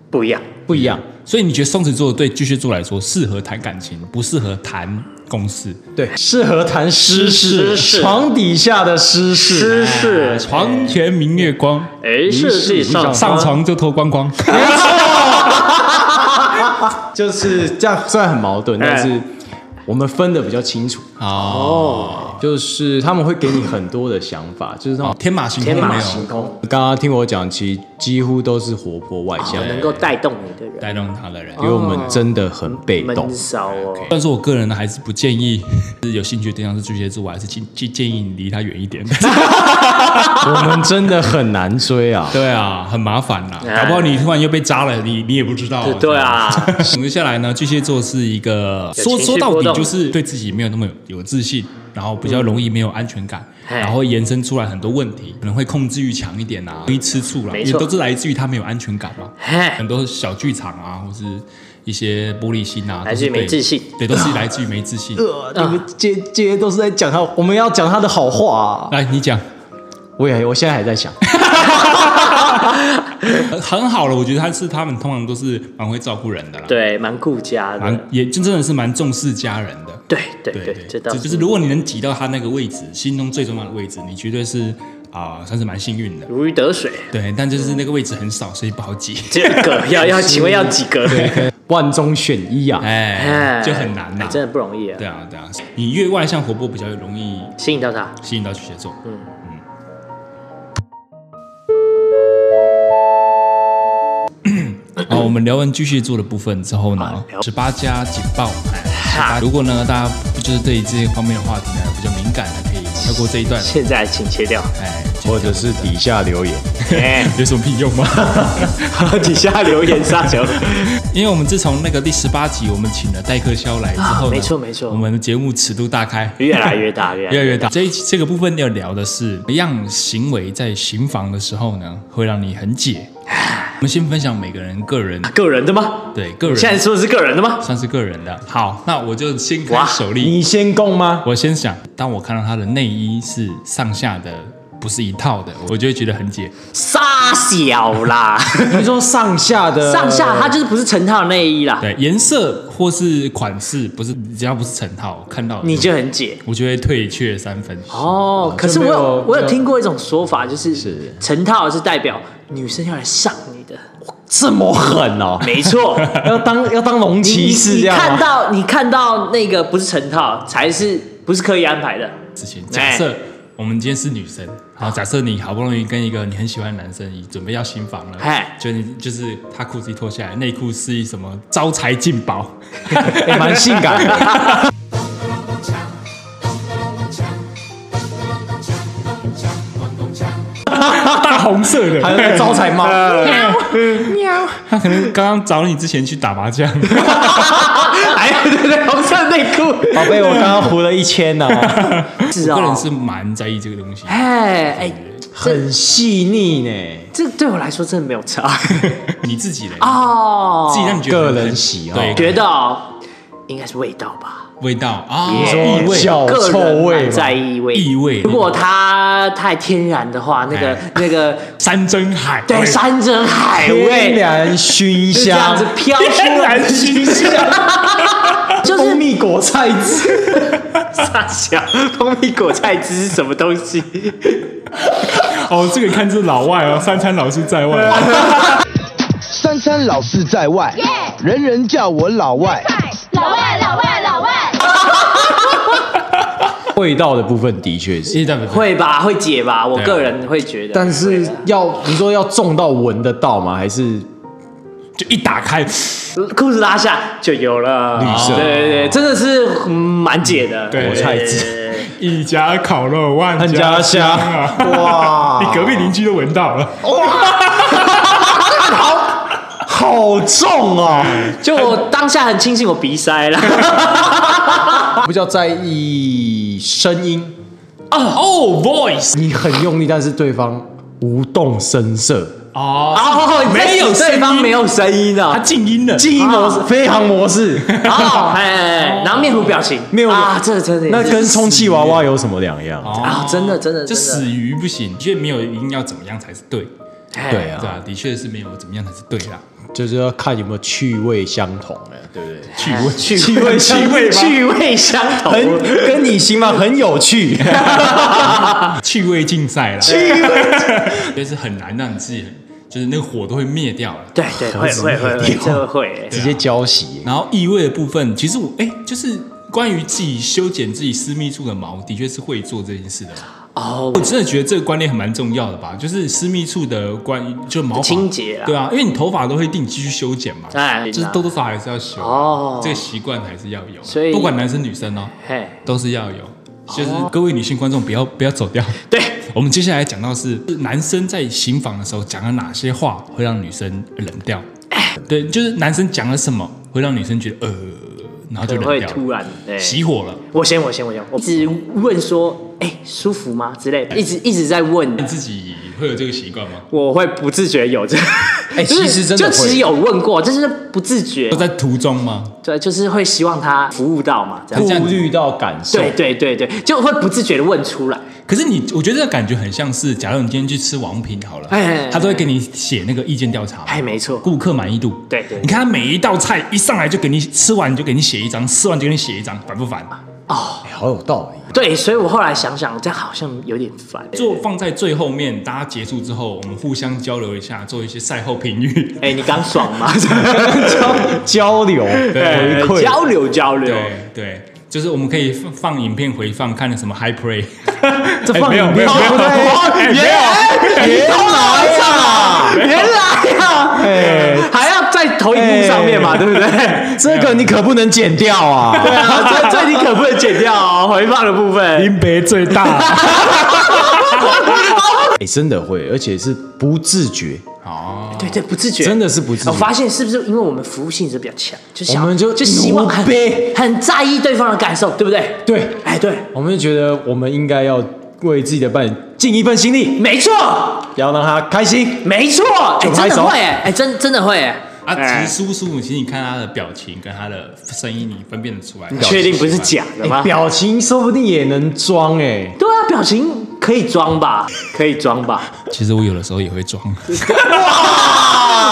Speaker 2: 不一样。
Speaker 3: 不一样。
Speaker 1: 所以你觉得双子座对巨蟹座来说适合谈感情，不适合谈公事？
Speaker 3: 对，适合谈私
Speaker 2: 私
Speaker 3: 事，
Speaker 2: 事
Speaker 3: 床底下的私事，
Speaker 2: 知识，
Speaker 1: 床前明月光，
Speaker 2: 哎，设计上
Speaker 1: 上床就脱光光。
Speaker 3: 就是这样，虽然很矛盾，
Speaker 2: 哎
Speaker 3: 但是我们分的比较清楚。
Speaker 1: 哦，
Speaker 3: 就是他们会给你很多的想法，就是那种
Speaker 1: 哦天马行空没
Speaker 2: 天马
Speaker 1: 有
Speaker 2: 行空，
Speaker 3: 刚刚听我讲，其实几乎都是活泼外向，
Speaker 1: 哎
Speaker 2: 能够带动你的人，
Speaker 1: 带动他的人。
Speaker 3: 给我们真的很被动
Speaker 2: 闷。骚哦。
Speaker 1: 但是我个人呢，还是不建议 [LAUGHS] 有兴趣的对象是巨蟹座，我还是建建建议你离他远一点。！
Speaker 3: 我们真的很难追啊
Speaker 1: [LAUGHS] 对啊，很麻烦啦，
Speaker 2: 哎
Speaker 1: 搞不好你突然又被扎了，你你也不知道。
Speaker 2: 对啊，
Speaker 1: [LAUGHS] 接下来呢，巨蟹座是一个
Speaker 2: 有
Speaker 1: 说
Speaker 2: 情绪
Speaker 1: 说到
Speaker 2: 波
Speaker 1: 底
Speaker 2: 动
Speaker 1: 就是对自己没有那么有有自信，然后比较容易没有安全感，
Speaker 2: 嘿
Speaker 1: 然后延伸出来很多问题，可能会控制欲强一点啊，容易吃醋啦，
Speaker 2: 没
Speaker 1: 也
Speaker 2: 错
Speaker 1: 都是来自于他没有安全感嘛。
Speaker 2: 嘿
Speaker 1: 很多小剧场啊，或是一些玻璃心啊，
Speaker 2: 来自于
Speaker 1: 都是对
Speaker 2: 没自信
Speaker 1: 对，都是来自于没自
Speaker 2: [LAUGHS]
Speaker 1: 信。
Speaker 3: 呃你们接接都是在讲他，我们要讲他的好话、啊。
Speaker 1: 来，你讲， [LAUGHS]
Speaker 3: 我也我现在还在想，
Speaker 1: 呃很好了。我觉得他是他们通常都是蛮会照顾人的啦，，
Speaker 2: 对，蛮顾家
Speaker 1: 蛮
Speaker 2: 的，
Speaker 1: 也就真的是蛮重视家人的。
Speaker 2: 对对
Speaker 1: 对
Speaker 2: 对，这倒
Speaker 1: 就是就是如果你能挤到他那个位置，心中最重要的位置，你绝对是啊、算是蛮幸运的。
Speaker 2: 如鱼得水。
Speaker 1: 对，但就是那个位置很少，所以不好挤。
Speaker 2: 只有一个， [LAUGHS] 要要请问要几个？
Speaker 3: 万中选一啊！
Speaker 1: 哎，就很难呐、
Speaker 2: [LAUGHS] 哎真的不容易啊
Speaker 1: 对，啊，对啊，你越外向活泼，比较容易
Speaker 2: 吸引到他。
Speaker 1: 吸引到巨蟹座。嗯
Speaker 2: [COUGHS]
Speaker 1: 嗯。好，我们聊完巨蟹座的部分之后呢
Speaker 2: 好聊，
Speaker 1: 十八加警
Speaker 2: [LAUGHS]
Speaker 1: 报。
Speaker 2: 哈
Speaker 1: 哎，如果呢，大家就是对这些方面的话题呢比较敏感的，可以跳过这一段。
Speaker 2: 现在请切 [LAUGHS] 掉。
Speaker 1: 哎，
Speaker 3: 或者是底下留言，
Speaker 2: 哎，
Speaker 1: 有什么屁用吗？
Speaker 2: 底下留言杀球。
Speaker 1: [LAUGHS] 因为我们自从那个第十八集，我们请了代课肖来之后呢、
Speaker 2: 啊 [LAUGHS] 没错没错
Speaker 1: 我们的节目尺度大开，
Speaker 2: [LAUGHS] 越来越大，越来
Speaker 1: 越来
Speaker 2: 越
Speaker 1: 越大。这一期这个部分要聊的是，怎么样行为在刑房的时候呢，会让你很解。我们先分享每个人个人
Speaker 2: 大。个人的吗？
Speaker 1: 对个人
Speaker 2: 现在说的是个人的吗？
Speaker 1: 算是个人的。好，那我就先开
Speaker 2: 哇
Speaker 1: 首例。
Speaker 3: 你先供吗？
Speaker 1: 我先想，当我看到他的内衣是上下的，不是一套的，我就会觉得很解。
Speaker 2: 杀小啦，
Speaker 3: 你说上下的
Speaker 2: 上下他就是不是成套内衣啦，
Speaker 1: 对，颜色或是款式，不是只要不是成套，看到
Speaker 2: 你就很解。
Speaker 1: 我就会退却三分。
Speaker 2: 哦，可是我
Speaker 3: 就没有
Speaker 2: 有我有
Speaker 3: 就
Speaker 2: 听过一种说法，就是成套是代表女生要来上你的，
Speaker 3: 这么狠哦，
Speaker 2: 没错。
Speaker 3: [LAUGHS] 要当要当龙骑士
Speaker 2: [LAUGHS] 你你
Speaker 3: 这样吗
Speaker 2: 看到你看到那个不是成套，才是不是刻意安排的？
Speaker 1: 之前，假
Speaker 2: 哎
Speaker 1: 设我们今天是女生，好，假设你好不容易跟一个你很喜欢的男生，你准备要新房了
Speaker 2: 嗨，
Speaker 1: 就你就是他裤子一脱下来，内裤是一什么招财进宝，
Speaker 2: [LAUGHS]
Speaker 3: 哎蛮性感的。
Speaker 1: 大红色的，
Speaker 3: 还有那个招
Speaker 2: [LAUGHS]
Speaker 3: 财猫，
Speaker 2: 哎
Speaker 1: 他可能刚刚找你之前去打麻
Speaker 2: [LAUGHS]
Speaker 1: 将，
Speaker 2: 哎，对对，红色内裤
Speaker 3: 宝贝，我刚刚胡了一哦
Speaker 2: [LAUGHS]
Speaker 3: 千呢，
Speaker 2: 是
Speaker 1: 我个
Speaker 2: 哦
Speaker 1: 人。是蛮在意这个东西。
Speaker 2: 哎哎，
Speaker 3: 很细腻呢。
Speaker 2: 这对我来说真的没有差
Speaker 1: 你自己嘞，
Speaker 2: 哦。
Speaker 1: 自己让你觉得
Speaker 3: 个人喜好
Speaker 1: 对，
Speaker 2: 觉得哦应该是味道吧，
Speaker 1: 味道啊，
Speaker 2: 你说
Speaker 1: 异味
Speaker 3: 脚
Speaker 2: 个
Speaker 3: 臭
Speaker 2: 人
Speaker 3: 味
Speaker 2: 蛮
Speaker 3: 嘛
Speaker 2: 在意味。
Speaker 1: 异味
Speaker 2: 如果它太天然的话，那个
Speaker 1: 哎
Speaker 2: 那个
Speaker 1: 山珍海味，
Speaker 2: 对山珍海
Speaker 3: 天
Speaker 2: 味。
Speaker 3: 然熏
Speaker 2: 哎就这样
Speaker 3: 香
Speaker 2: 子，飘出来，
Speaker 1: [LAUGHS]
Speaker 3: 熏香， [LAUGHS]
Speaker 2: 就是
Speaker 3: 蜂蜜果菜汁，
Speaker 2: [LAUGHS] 傻笑。蜂蜜果菜汁是什么东西？
Speaker 1: 哦，这个看是老外哦，三餐老是在外。
Speaker 10: 三餐老是在外人人叫我老外。
Speaker 4: 老外，老外，老外。
Speaker 3: 味道的部分的确是。
Speaker 1: 一代表
Speaker 2: 会吧，会解吧，我
Speaker 1: 对啊
Speaker 2: 个人会觉得。
Speaker 3: 但是要你说要重到闻得到吗？还是
Speaker 1: 就一打开，
Speaker 2: 裤子拉下就有了，
Speaker 3: 绿色
Speaker 2: 对对对，真的是嗯蛮解的。
Speaker 1: 对
Speaker 3: 果菜汁
Speaker 2: 对
Speaker 1: 一家烤肉万
Speaker 3: 汉家香
Speaker 1: 啊！ [LAUGHS]
Speaker 3: 哇
Speaker 1: 你隔壁邻居都闻到了。
Speaker 3: 好
Speaker 2: [LAUGHS]
Speaker 3: 重哦？
Speaker 2: 就我当下很庆幸我鼻塞了。
Speaker 3: 不叫在意声音，
Speaker 1: 哦，voice
Speaker 3: 你很用力，但是对方无动声色，
Speaker 1: 哦，
Speaker 2: 哦，
Speaker 1: 没有声音
Speaker 2: 对方没有声音
Speaker 1: [LAUGHS] 他
Speaker 2: 的。
Speaker 1: 静音了。
Speaker 3: 记忆模式、飞行
Speaker 2: [LAUGHS]
Speaker 3: 模式，
Speaker 2: 哦，哎，然后面无表情，
Speaker 3: 面无
Speaker 2: 啊，这个真的也是
Speaker 3: 那跟充气娃娃有什么两样？
Speaker 2: 啊，真的真的
Speaker 1: 这
Speaker 2: 真
Speaker 1: 死
Speaker 2: 的，
Speaker 1: 鱼不行，因为没有一定要怎么样才是对，
Speaker 2: 哎
Speaker 3: 对
Speaker 1: 对
Speaker 3: 啊，
Speaker 1: 啊，的确是没有怎么样才是对啦。
Speaker 3: 就是要看有没有趣味相同，哎，对
Speaker 2: [LAUGHS]
Speaker 3: 不对？
Speaker 1: 趣味，
Speaker 2: 趣
Speaker 3: 趣味
Speaker 2: 相
Speaker 3: 趣味吗
Speaker 2: 趣味相投，
Speaker 3: 很跟你行吗？很
Speaker 2: [LAUGHS]
Speaker 3: 有趣，
Speaker 1: 趣味竞赛啦，趣 [LAUGHS] 味，就是很难让你自己，就是那个火都会灭掉了。
Speaker 2: 对对，会会会会，这个会。
Speaker 3: 直接交习。
Speaker 1: 然后异味的部分，其实我哎，就是关于自己修剪自己私密处的毛，的确是会做这件事的。
Speaker 2: 哦
Speaker 1: 我，真的觉得这个观念还蛮重要的吧，就是私密处的关于就毛发
Speaker 2: 清洁啦
Speaker 1: 对啊，因为你头发都会定期去修剪嘛，
Speaker 2: 哎
Speaker 1: 就是多多少少还是要修
Speaker 2: 哦
Speaker 1: 这个习惯还是要有，
Speaker 2: 所以哦
Speaker 1: 不管男生女生哦，
Speaker 2: 嘿，
Speaker 1: 都是要有。就是各位女性观众不要不要走掉，
Speaker 2: 对，
Speaker 1: [LAUGHS] 我们接下来讲到是是男生在行房的时候讲了哪些话会让女生冷掉，
Speaker 2: 哎
Speaker 1: 对，就是男生讲了什么会让女生觉得呃，然后就冷
Speaker 2: 会哎
Speaker 1: 掉了，
Speaker 2: 突然对
Speaker 1: 熄火了。
Speaker 2: 我先，我先，我先，我一直问说，哎、舒服吗之类的，一直一直在问
Speaker 1: 你。自己会有这个习惯吗？
Speaker 2: 我会不自觉有 [LAUGHS] 这，
Speaker 3: 哎
Speaker 2: 就是
Speaker 3: 其实真的
Speaker 2: 就
Speaker 3: 会
Speaker 2: 其实有问过，就是不自觉
Speaker 1: 都，在途中吗？
Speaker 2: 对，就是会希望他服务到嘛，这样。
Speaker 1: 这样
Speaker 3: 顾虑到感受，
Speaker 2: 对对对对，就会不自觉的问出来，
Speaker 1: 可是你，我觉得这个感觉很像是，假如你今天去吃王品好了，
Speaker 2: 哎哎哎
Speaker 1: 他都会给你写那个意见调查嘛，
Speaker 2: 哎没错
Speaker 1: 顾客满意度。
Speaker 2: 对对
Speaker 1: 你看他每一道菜一上来就给你吃完就给你写一张，吃完就给你写一张，烦不烦？
Speaker 3: 哎好有道理。 [LAUGHS]
Speaker 2: 对，所以我后来想想，这样好像有点烦。
Speaker 1: 做放在最后面，大家结束之后，我们互相交流一下，做一些赛后评语。
Speaker 2: 哎、你刚爽吗？
Speaker 3: [LAUGHS] 交流回馈，
Speaker 2: 交流交流，
Speaker 1: [LAUGHS] 对对，就是我们可以放放影片回放，看什么 High Play。
Speaker 3: 这放
Speaker 1: 没有
Speaker 3: 影
Speaker 1: 没
Speaker 3: 片
Speaker 1: 有
Speaker 3: 对不对
Speaker 2: 原来原来啊，原来啊，
Speaker 3: 哎
Speaker 2: 还要在投影幕上面嘛，
Speaker 3: 哎
Speaker 2: 对不对？
Speaker 3: 这个你可不能剪掉啊！
Speaker 2: 对啊，这这你可不能剪掉哦，回放的部分。
Speaker 1: 北最大。
Speaker 3: 哎，真的会，而且是不自觉，
Speaker 1: 哦，
Speaker 2: 对对，不自觉，
Speaker 3: 真的是不自
Speaker 2: 我
Speaker 3: 觉
Speaker 2: 发。现是不是因为我们服务性质比较强，就想
Speaker 3: 我们就
Speaker 2: 就希望很
Speaker 3: 奴婢
Speaker 2: 很在意对方的感受，对不对？
Speaker 3: 对，
Speaker 2: 哎，对，
Speaker 3: 我们就觉得我们应该要为自己的伴侣尽一份心力，
Speaker 2: 没错，
Speaker 3: 要让他开心。
Speaker 2: 没错，哎，
Speaker 3: 就
Speaker 2: 真
Speaker 3: 拍
Speaker 2: 的
Speaker 3: 手
Speaker 2: 会，哎，哎真真的会，哎，
Speaker 1: [LAUGHS] 啊，
Speaker 2: 哎
Speaker 1: 其实舒不舒服，其实你看他的表情跟他的声音，你分辨得出来。
Speaker 2: 你确定不是假的吗？
Speaker 3: 哎表情说不定也能装哎，
Speaker 2: 对啊，表情可以装吧，可以装吧。
Speaker 1: 其实我有的时候也会装。
Speaker 3: 啊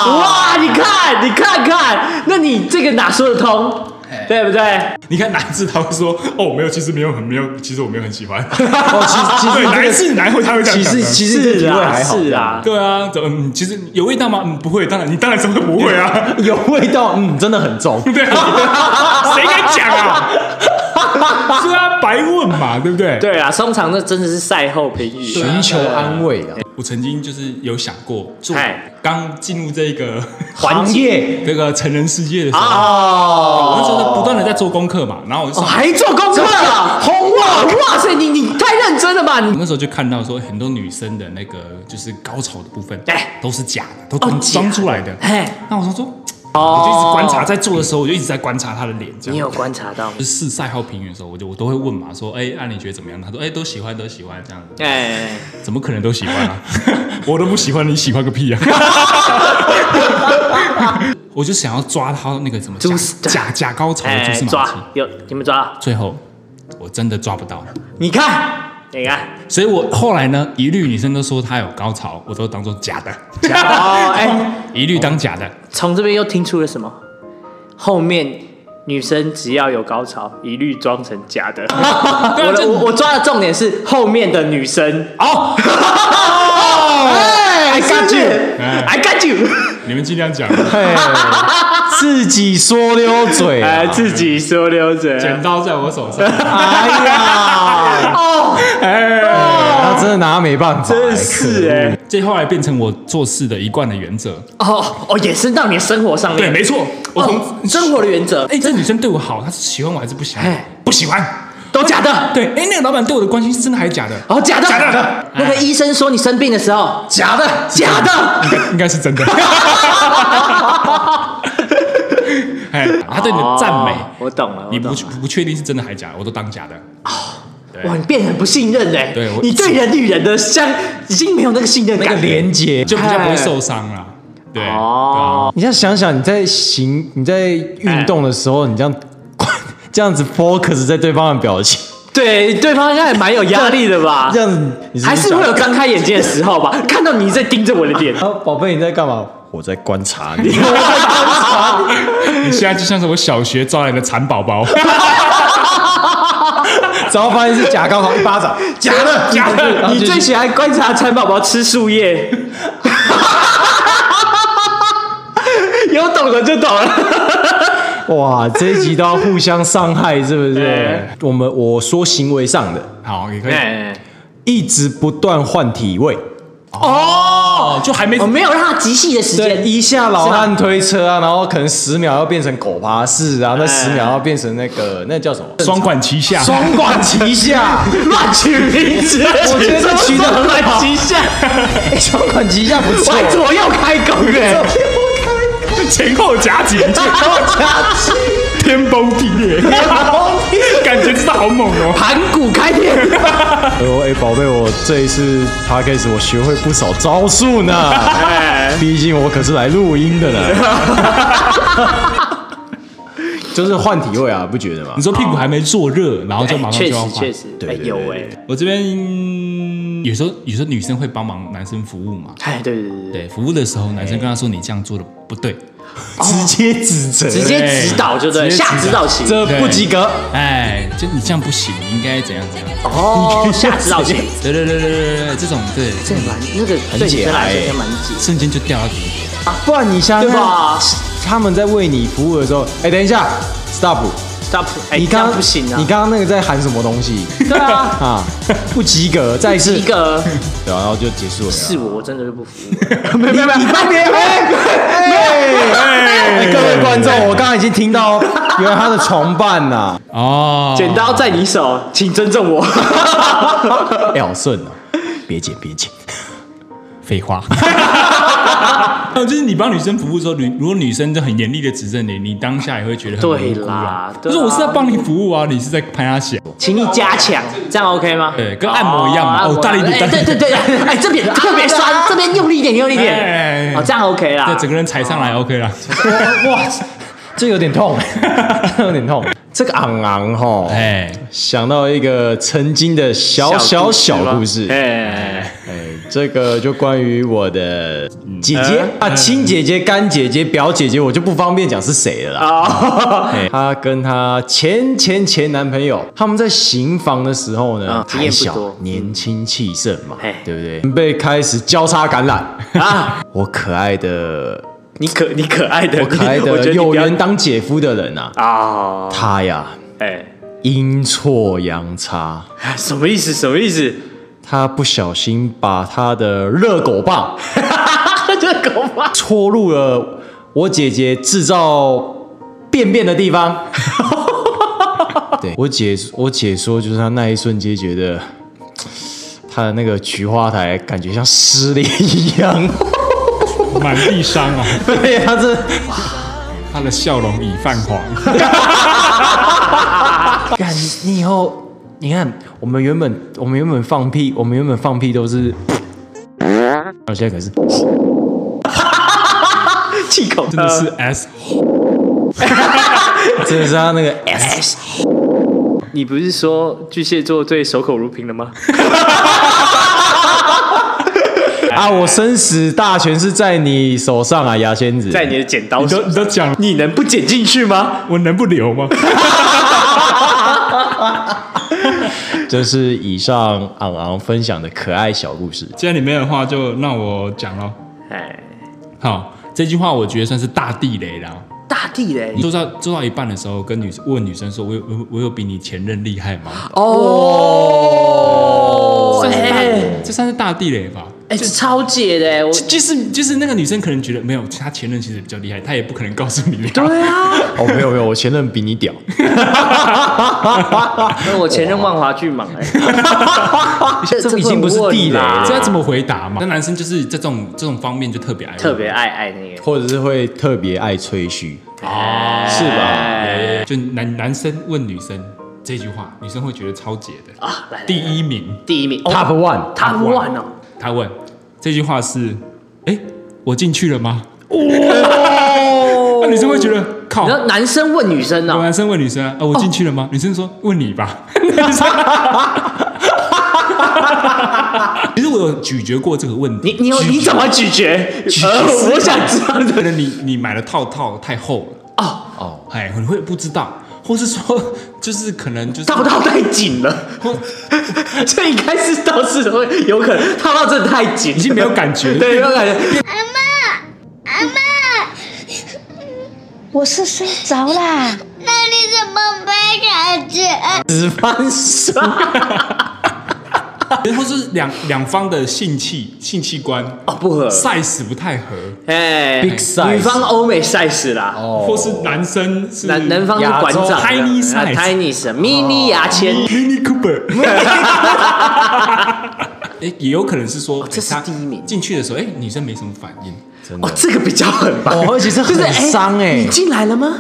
Speaker 2: 哇，你看，你看看，那你这个哪说得通？
Speaker 3: 哎
Speaker 2: 对不对？
Speaker 1: [LAUGHS] 你看哪一次他会说哦没有，其实没有很没有，其实我没有很喜 [LAUGHS] 欢。
Speaker 3: 哦，其实其
Speaker 1: 对，
Speaker 3: 实
Speaker 1: 哪
Speaker 3: 这
Speaker 1: 一
Speaker 3: 个
Speaker 1: 次哪一回他会这样
Speaker 3: 其
Speaker 1: 讲的
Speaker 3: 实其实这个体
Speaker 2: 是
Speaker 3: 味
Speaker 2: 啊，
Speaker 3: 还好，
Speaker 2: 是啊，
Speaker 1: 对啊，怎么嗯，其实有味道吗？嗯，不会，当然你当然怎么会不会啊？
Speaker 3: 有味道，嗯，真的很重。
Speaker 1: 对
Speaker 2: [LAUGHS]
Speaker 1: 啊，谁敢讲啊？是啊，白问嘛，对不对？
Speaker 2: [LAUGHS] 对啊，通常那真的是赛后评语。
Speaker 3: 寻求安慰啊，
Speaker 1: 我曾经就是有想过，做
Speaker 2: 嗨
Speaker 1: 刚进入这个
Speaker 3: 行业
Speaker 1: 这个成人世界的时候，我那时
Speaker 2: 哦，
Speaker 1: 候不断的在做功课嘛，然后我就
Speaker 2: 啊哦
Speaker 1: 上
Speaker 2: 还做功课啊！红哇哇塞，你你太认真了吧？
Speaker 1: 我
Speaker 2: 你
Speaker 1: 那时候就看到说，很多女生的那个就是高潮的部分，
Speaker 2: 哎
Speaker 1: 都是假的，都
Speaker 2: 哦
Speaker 1: 装
Speaker 2: 假的
Speaker 1: 装出来的。
Speaker 2: 哎，
Speaker 1: 那我想说，
Speaker 2: 哦
Speaker 1: 我就一直观察，在做的时候，我就一直在观察她的脸，这
Speaker 2: 你有
Speaker 1: 样。
Speaker 2: 观察到吗
Speaker 1: 就？是赛后评语的时候，我就我都会问嘛，说，哎，按、你觉得怎么样？她说，哎、都喜欢，都喜欢这样子。
Speaker 2: 哎，
Speaker 1: 怎么可能都喜欢啊？ [LAUGHS] 我都不喜欢，你喜欢个屁啊！ [LAUGHS] 我就想要抓她那个什么假
Speaker 2: 蛛丝
Speaker 1: 假假高潮的蛛
Speaker 2: 哎
Speaker 1: 丝马迹
Speaker 2: 抓，有你们抓到？
Speaker 1: 最后我真的抓不到。
Speaker 2: 你看，你看，
Speaker 1: 所以我后来呢，一律女生都说她有高潮，我都当做假的，
Speaker 2: 哦， [LAUGHS] 哎，
Speaker 1: 一律当假的。
Speaker 2: 从这边又听出了什么？后面女生只要有高潮，一律装成假
Speaker 1: [LAUGHS]
Speaker 2: 的。我的
Speaker 1: 这
Speaker 2: 我我抓的重点是后面的女生。 [LAUGHS]
Speaker 1: 哦，
Speaker 2: 哎，I got
Speaker 1: 哎
Speaker 2: you，I got you。
Speaker 1: 你们尽量讲，
Speaker 3: 嘿，自己说溜嘴啊
Speaker 2: 哎，，自己说溜嘴。
Speaker 1: 剪刀在我手上。
Speaker 3: 哎呀，
Speaker 2: 哦，
Speaker 3: 他真的拿他没办法，
Speaker 2: 真是哎。
Speaker 1: 这后来变成我做事的一贯的原则。
Speaker 2: 哦哦，延伸到你的生活上
Speaker 1: 对，
Speaker 2: 面。
Speaker 1: 没错，我
Speaker 2: 哦，
Speaker 1: 从
Speaker 2: 生活的原则
Speaker 1: 哎，这女生对我好，她是喜欢我还是不喜欢
Speaker 2: 哎？
Speaker 1: 不喜欢。
Speaker 2: 都假的。
Speaker 1: 对，哎，那个老板对我的关心是真的还是假的？
Speaker 2: 哦，假的。
Speaker 1: 假的哎
Speaker 2: 那个医生说你生病的时候，
Speaker 1: 假的，
Speaker 2: 假的。
Speaker 1: 应该应该是真的。哎，他 [LAUGHS] 对你的赞美
Speaker 2: 哦，我懂了，
Speaker 1: 你
Speaker 2: 我
Speaker 1: 不
Speaker 2: 懂
Speaker 1: 确
Speaker 2: 了
Speaker 1: 不确定是真的还假的，我都当假的。对
Speaker 2: 哇，你变得很不信任哎。
Speaker 1: 对我
Speaker 2: 你对人与人的相已经没有那个信任
Speaker 3: 那
Speaker 2: 感
Speaker 3: 个
Speaker 2: 了。
Speaker 3: 连接。
Speaker 1: 就比较不会受伤啦。对，
Speaker 2: 哎
Speaker 1: 啊
Speaker 2: 哦，
Speaker 3: 你要想想，你在行你在运动的时候，你这样 [LAUGHS] 这样子 focus 在对方的表情，
Speaker 2: 对，对方应该也蛮有压力的吧？
Speaker 3: [LAUGHS] 这样子你
Speaker 2: 啊还
Speaker 3: 是
Speaker 2: 是会有刚开眼界的时候吧，看到你在盯着我的脸，
Speaker 3: 啊，宝贝你在干嘛？我在观察你。
Speaker 1: 对啊你现在就像是我小学招来的蚕宝
Speaker 2: [LAUGHS]
Speaker 1: 宝，
Speaker 3: [LAUGHS] 然后发现是假高考一巴掌，假
Speaker 2: [LAUGHS]
Speaker 3: 的
Speaker 2: 假的，你最
Speaker 3: 最
Speaker 2: 喜欢观察蚕宝宝吃树叶， [LAUGHS] 有懂的就懂了。
Speaker 3: 哇，这一集都要互相伤害，是不是
Speaker 2: 哎？
Speaker 3: 我们我说行为上的，
Speaker 1: 好，也可以。
Speaker 2: 哎，
Speaker 3: 一直不断换体位。
Speaker 1: 哦，就还没
Speaker 2: 我没有让他极细的时
Speaker 3: 对，
Speaker 2: 间，
Speaker 3: 一下老汉推车啊，然后可能十秒要变成狗爬式啊，那十秒要变成那个那叫什么？
Speaker 1: 双管齐下，
Speaker 3: 双管齐下，
Speaker 2: 乱取名字， [LAUGHS]
Speaker 3: 我觉 [LAUGHS] 得这取得很好
Speaker 2: 乱七下，
Speaker 3: 哎双管齐下不
Speaker 2: 我
Speaker 3: 错
Speaker 2: 还。左右开弓
Speaker 3: 欸
Speaker 2: 哎，
Speaker 1: [LAUGHS] 前后夹击，前后夹击， [LAUGHS] 天崩地裂， [LAUGHS] 感觉真的好猛哦。
Speaker 2: [LAUGHS] 盘古开天，
Speaker 3: 哦，哎，宝贝，我这一次 podcast 我学会不少招数呢，毕竟我可是来录音的呢。就是换体位啊，不觉得吗？
Speaker 1: 你说屁股还没坐热，然后就马上就
Speaker 2: 确
Speaker 1: 要
Speaker 2: 实
Speaker 1: 换。
Speaker 2: 确实，哎有哎，
Speaker 1: 我这边嗯有时候有时候女生会帮忙男生服务嘛，
Speaker 2: 哎对对对
Speaker 1: 对，服务的时候男生跟她说你这样做的不对，直接指责，
Speaker 2: 直接指导就对
Speaker 1: 直接
Speaker 2: 下指导棋
Speaker 1: 对
Speaker 2: 这不及格
Speaker 1: 哎，就你这样不行，你应该怎样怎样。
Speaker 2: 哦下指导棋，
Speaker 1: 对对对对对对对，这种对，这
Speaker 2: 蛮那个对女生来说应该蛮解，
Speaker 1: 瞬间就掉到底。
Speaker 3: 不然你想
Speaker 2: 对
Speaker 3: 想
Speaker 2: 吧
Speaker 3: 看，他们在为你服务的时候，哎、等一下，stop。
Speaker 2: stop，哎
Speaker 3: 你
Speaker 2: 这
Speaker 3: 刚
Speaker 2: 样不行啊
Speaker 3: 你刚刚那个在喊什么东西
Speaker 2: 对啊，
Speaker 3: [LAUGHS] 啊？不及
Speaker 2: [LAUGHS]
Speaker 3: 格，再一次
Speaker 2: 及格，
Speaker 3: 对啊然后就结束了。
Speaker 2: 是我我真的就不服，
Speaker 3: 没有没有没有没有哎，各位观众，我刚刚已经听到， [LAUGHS] 原来他的啊床伴呐，
Speaker 1: 哦，
Speaker 2: 剪刀在你手，请尊重我。
Speaker 3: 哎，好顺哦，别剪别剪，
Speaker 1: 废 [LAUGHS] 话。哦就是你帮女生服务的时候，女如果女生就很严厉的指正你，你当下也会觉得很
Speaker 2: [LAUGHS] 对
Speaker 1: 无辜
Speaker 2: 啦
Speaker 1: 啊。
Speaker 2: 对
Speaker 1: 就
Speaker 2: 啦
Speaker 1: 是我是在帮你服务啊，你是在拍她血。
Speaker 2: 请你加强，这样 OK 吗？
Speaker 1: 对跟按摩一样嘛
Speaker 2: 按摩
Speaker 1: 哦大力一点
Speaker 2: 哎
Speaker 1: 大力
Speaker 2: 对
Speaker 1: 一
Speaker 2: 对
Speaker 1: 点
Speaker 2: 对，哎，这边特别酸，这边用力一点，用力一点，
Speaker 1: 哎
Speaker 2: 哦，这样 OK 啦
Speaker 1: 对，。整个人踩上来 OK 啦。
Speaker 3: 哇，这有点痛， [LAUGHS] 这有点痛，这个昂昂吼，
Speaker 1: 哎，
Speaker 3: 想到一个曾经的小小小故事，哎，
Speaker 2: 哎，
Speaker 3: 这个就关于我的姐姐
Speaker 2: 嗯
Speaker 3: 啊，亲姐姐、干姐姐、表姐姐，我就不方便讲是谁了啦。
Speaker 2: 哦，
Speaker 3: 哎她跟她前前前男朋友，他们在行房的时候呢
Speaker 2: 啊，经
Speaker 3: 还
Speaker 2: 验不
Speaker 3: 小
Speaker 2: 多，
Speaker 3: 年轻气盛嘛
Speaker 2: 嘿，
Speaker 3: 对不对？被开始交叉感
Speaker 2: [LAUGHS]
Speaker 3: 染
Speaker 2: 啊
Speaker 3: 啊！我可
Speaker 2: [LAUGHS]
Speaker 3: 爱的，
Speaker 2: 你可你可爱的，
Speaker 3: 我可爱
Speaker 2: [LAUGHS] 我觉
Speaker 3: 的
Speaker 2: 得你
Speaker 3: 有
Speaker 2: 不要
Speaker 3: 缘当姐夫的人啊，
Speaker 2: 啊，
Speaker 3: 他呀
Speaker 2: 哎，
Speaker 3: 阴错阳差，
Speaker 2: 什么意思？什么意 [LAUGHS] 思？
Speaker 3: 他不小心把他的热狗棒 [LAUGHS]
Speaker 2: 啊这狗吗？
Speaker 3: 戳入了我姐姐制造便便的地方。 [LAUGHS] 对我姐，我姐说，就是她那一瞬间觉得她的那个菊花台感觉像失恋一样， [LAUGHS]
Speaker 1: 满地伤啊，
Speaker 3: 对，她这
Speaker 1: 她的笑容已泛黄。
Speaker 3: [LAUGHS] 干，你以后你看，我们原本我们原本放屁，我们原本放屁都是， [LAUGHS] 我现在可是 [LAUGHS]
Speaker 2: 气口
Speaker 1: 真的是 S，
Speaker 3: 真的是她那个 S，
Speaker 2: 你不是说巨蟹座对守口如瓶了 [LAUGHS] 吗？
Speaker 3: 啊，我生死大权是在你手上啊，牙仙子，
Speaker 2: 在你的剪刀
Speaker 1: 你
Speaker 2: 手
Speaker 1: 都，你都讲，
Speaker 2: 你能不剪进去吗？
Speaker 1: 我能不留 [LAUGHS] 吗？
Speaker 3: 这是以上昂昂分享的可爱小故事。
Speaker 1: 既然你没有的话，就让我讲喽。
Speaker 2: 哎，
Speaker 1: 好，这句话我觉得算是大地雷了。
Speaker 2: 大地雷
Speaker 1: 你做到做到一半的时候，跟女生问女生说：“我有我我有比你前任厉害吗？”
Speaker 2: 哦，哎
Speaker 1: 这算是大地雷吧？
Speaker 2: 哎，这超解的哎，我
Speaker 1: 就就是就是那个女生可能觉得没有，她前任其实比较厉害，她也不可能告诉你。
Speaker 2: 对啊。
Speaker 3: 哦，没有没有，我前任比你屌。 [LAUGHS]
Speaker 2: 那我前任万华巨蟒哎， [LAUGHS] 这啊
Speaker 3: 已经不是地雷了
Speaker 1: 这要怎么回答嘛？那男生就是在这种这种方面就特别爱问
Speaker 2: 特别爱爱那个
Speaker 3: 或者是会特别爱吹嘘，
Speaker 1: 哦，
Speaker 3: 是吧？
Speaker 1: 哎就男男生问女生这句话，女生会觉得超解的。
Speaker 2: 啊，来来
Speaker 1: 第一名，
Speaker 2: 第一名
Speaker 3: Top One，
Speaker 2: Top One 哦，
Speaker 1: 他问这句话是：“哎，我进去了吗？”那女生会觉得靠
Speaker 2: 你知，道男生问女生
Speaker 1: 有
Speaker 2: 哦，
Speaker 1: 男生问女生啊，啊我进去了吗？女生说问你
Speaker 2: [LAUGHS]
Speaker 1: 吧。其实我有咀嚼过这个问
Speaker 2: 你
Speaker 1: 题。
Speaker 2: 你有你怎么咀嚼？呃，我想知道
Speaker 1: 可
Speaker 2: 的
Speaker 1: 能你你买的套套太厚了，
Speaker 2: 哦，
Speaker 1: 哦，哎，你会不知道，或是说就是可能就是
Speaker 2: 套套太紧了，这应该是到时候有可能套套真的太紧，
Speaker 1: 已经没有感觉了
Speaker 2: 对，没有感觉，
Speaker 8: 我是睡着啦。
Speaker 4: 那你怎么背着子？
Speaker 3: 紫番薯，
Speaker 1: 或是两两方的性器性器官
Speaker 2: 哦不合，
Speaker 1: size 不太合，
Speaker 2: 哎，
Speaker 3: Big size
Speaker 2: 女方欧美 size 啦，
Speaker 1: 或是男生是
Speaker 2: 哦男男方是馆长
Speaker 3: 亚
Speaker 1: 哦洲 Tiny size
Speaker 2: 啊 tiny size mini 牙签，哦
Speaker 1: Mini [LAUGHS] Cooper。哎，也有可能是说，
Speaker 2: 哦这是
Speaker 1: 哎他
Speaker 2: 第一名
Speaker 1: 进去的时候，哎，女生没什么反应，
Speaker 3: 真的
Speaker 2: 哦，这个比较狠吧，
Speaker 3: 哦而且是
Speaker 2: 就是
Speaker 3: 很伤哎
Speaker 2: 你进来了吗？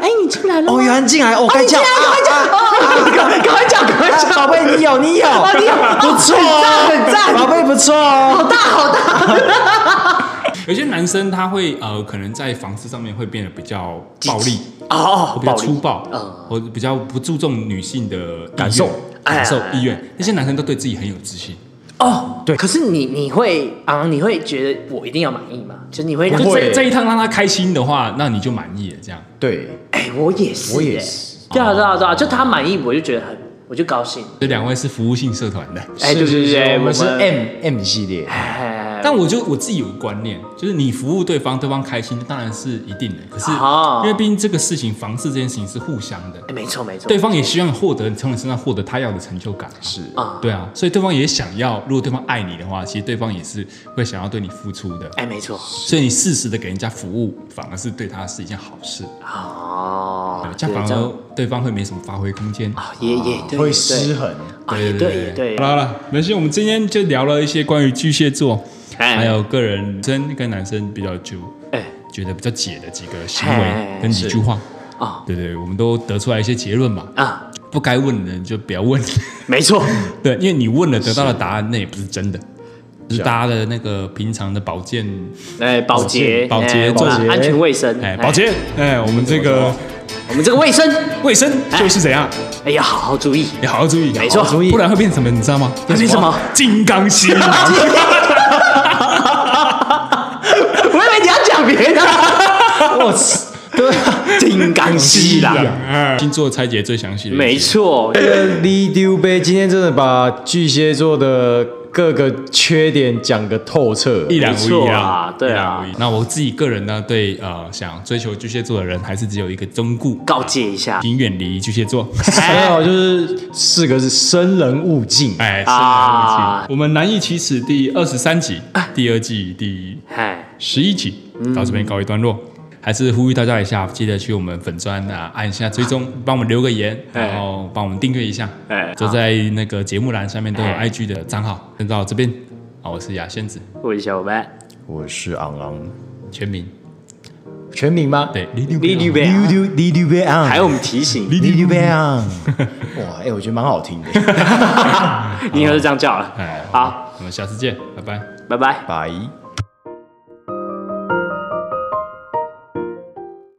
Speaker 2: 哎，你进来了吗？
Speaker 3: 哦，原来进来，哦，
Speaker 2: 哦
Speaker 3: 该
Speaker 2: 你进
Speaker 3: 叫，
Speaker 2: 来了，赶快讲，赶快讲，赶快讲，
Speaker 3: 啊宝贝，你有你有，哦
Speaker 2: 啊你有
Speaker 3: 不错哦，
Speaker 2: 很赞很赞
Speaker 3: 宝贝不错哦，
Speaker 2: 好大好大，
Speaker 1: 有些男生他会呃，可能在房事上面会变得比较暴力
Speaker 2: 哦
Speaker 1: 比较
Speaker 2: 暴力
Speaker 1: 粗暴，
Speaker 2: 嗯
Speaker 1: 或者比较不注重女性的
Speaker 3: 感受
Speaker 1: 意愿感受
Speaker 2: 哎
Speaker 1: 意愿。那些男生都对自己很有自信，
Speaker 2: 哦，对。可是你你会啊，你会觉得我一定要满意吗？就是你会
Speaker 1: 就
Speaker 2: 让
Speaker 1: 这这一趟让他开心的话，那你就满意了。这样
Speaker 3: 对，
Speaker 2: 哎，我也是，
Speaker 3: 我也
Speaker 2: 是。对啊，对啊，对啊，就他满意，我就觉得很，我就高兴。
Speaker 1: 这两位是服务性社团的，
Speaker 2: 哎，对
Speaker 3: 是
Speaker 2: 对
Speaker 3: 是
Speaker 2: 对，
Speaker 3: 我们是
Speaker 2: 哎
Speaker 3: M M 系列，
Speaker 2: 哎
Speaker 1: 但我就我自己有个观念，就是你服务对方，对方开心，当然是一定的。可是
Speaker 2: 啊
Speaker 1: 因为毕竟这个事情，房事这件事情是互相的，
Speaker 2: 哎没错没错，
Speaker 1: 对方也希望获得你从你身上获得他要的成就感。是
Speaker 2: 啊
Speaker 1: 对啊，所以对方也想要，如果对方爱你的话，其实对方也是会想要对你付出的。
Speaker 2: 哎没错
Speaker 1: 所以你适时的给人家服务，反而是对他是一件好事，
Speaker 2: 啊哦
Speaker 1: 对，这样反而对方会没什么发挥空间。
Speaker 2: 啊也也对，
Speaker 3: 会
Speaker 2: 也
Speaker 3: 失
Speaker 2: 对
Speaker 3: 衡。
Speaker 2: 啊也对也对
Speaker 1: 好，了好了，没事，我们今天就聊了一些关于巨蟹座，
Speaker 2: 哎
Speaker 1: 还有个人女生跟男生比较就
Speaker 2: 哎
Speaker 1: 觉得比较解的几个行
Speaker 2: 哎
Speaker 1: 为跟几句话。
Speaker 2: 啊
Speaker 1: 对对，我们都得出来一些结论嘛。
Speaker 2: 啊
Speaker 1: 不该问的人就不要问， [LAUGHS]
Speaker 2: 没错，
Speaker 1: 对，因为你问了得到的答案，那也不是真的，
Speaker 2: 啊
Speaker 1: 就是大家的那个平常的保健，
Speaker 2: 哎保洁
Speaker 1: 保洁
Speaker 2: 哎
Speaker 1: 保
Speaker 3: 洁
Speaker 2: 安全卫生
Speaker 1: 哎，保洁，哎，我们这个
Speaker 2: 我们这个卫生
Speaker 1: 卫生就是怎样，
Speaker 2: 哎要好好注意，
Speaker 1: 你好好注意，
Speaker 2: 没错
Speaker 1: 好好注意，不然会变成什么，你知道吗？
Speaker 2: 变成什么
Speaker 1: 金刚心囊。
Speaker 2: [LAUGHS] 我以为你要讲别的，我操，对啊，金刚西啦，
Speaker 1: 啦，哎星座拆解最详细的一集，
Speaker 2: 没错，
Speaker 3: 这个 Lead You 杯今天真的把巨蟹座的各个缺点讲个透彻，
Speaker 1: 一览无
Speaker 2: 没
Speaker 1: 遗
Speaker 2: 错
Speaker 1: 啊
Speaker 2: 啊，对
Speaker 1: 一览
Speaker 2: 啊
Speaker 1: 无遗。那我自己个人呢，对呃，想追求巨蟹座的人，还是只有一个忠固，
Speaker 2: 告诫一下，
Speaker 1: 请远离巨蟹
Speaker 2: [LAUGHS]
Speaker 1: 座。
Speaker 3: 还好就是四个字：生人勿近。
Speaker 1: 哎，是
Speaker 2: 啊
Speaker 1: 啊，我们难以启齿第二十三集，第二季第
Speaker 2: 哎，
Speaker 1: 十一集到这边告一段落。还是呼吁大家一下，记得去我们粉砖啊按一下追踪，帮我们留个言，
Speaker 2: 哎
Speaker 1: 然后帮我们订阅一下。
Speaker 2: 哎
Speaker 1: 都在那个节目栏下面都有
Speaker 2: 哎
Speaker 1: IG 的账号。先到这边，啊，我是牙仙子
Speaker 2: 我是小白，
Speaker 3: 我是昂昂，
Speaker 1: 全名，
Speaker 3: 全名吗？
Speaker 2: [LAUGHS]
Speaker 1: 对，李六
Speaker 2: 李绿
Speaker 3: l
Speaker 2: 贝
Speaker 3: e，d You Lead You 杯昂，
Speaker 2: 还有我们提醒，
Speaker 3: Lead You 杯昂。哇，哎，我觉得蛮好听的。
Speaker 2: 你以后就这样叫了
Speaker 1: 哎，，
Speaker 2: 好，
Speaker 1: 我们下次见，拜拜。
Speaker 2: 拜拜。
Speaker 3: 拜。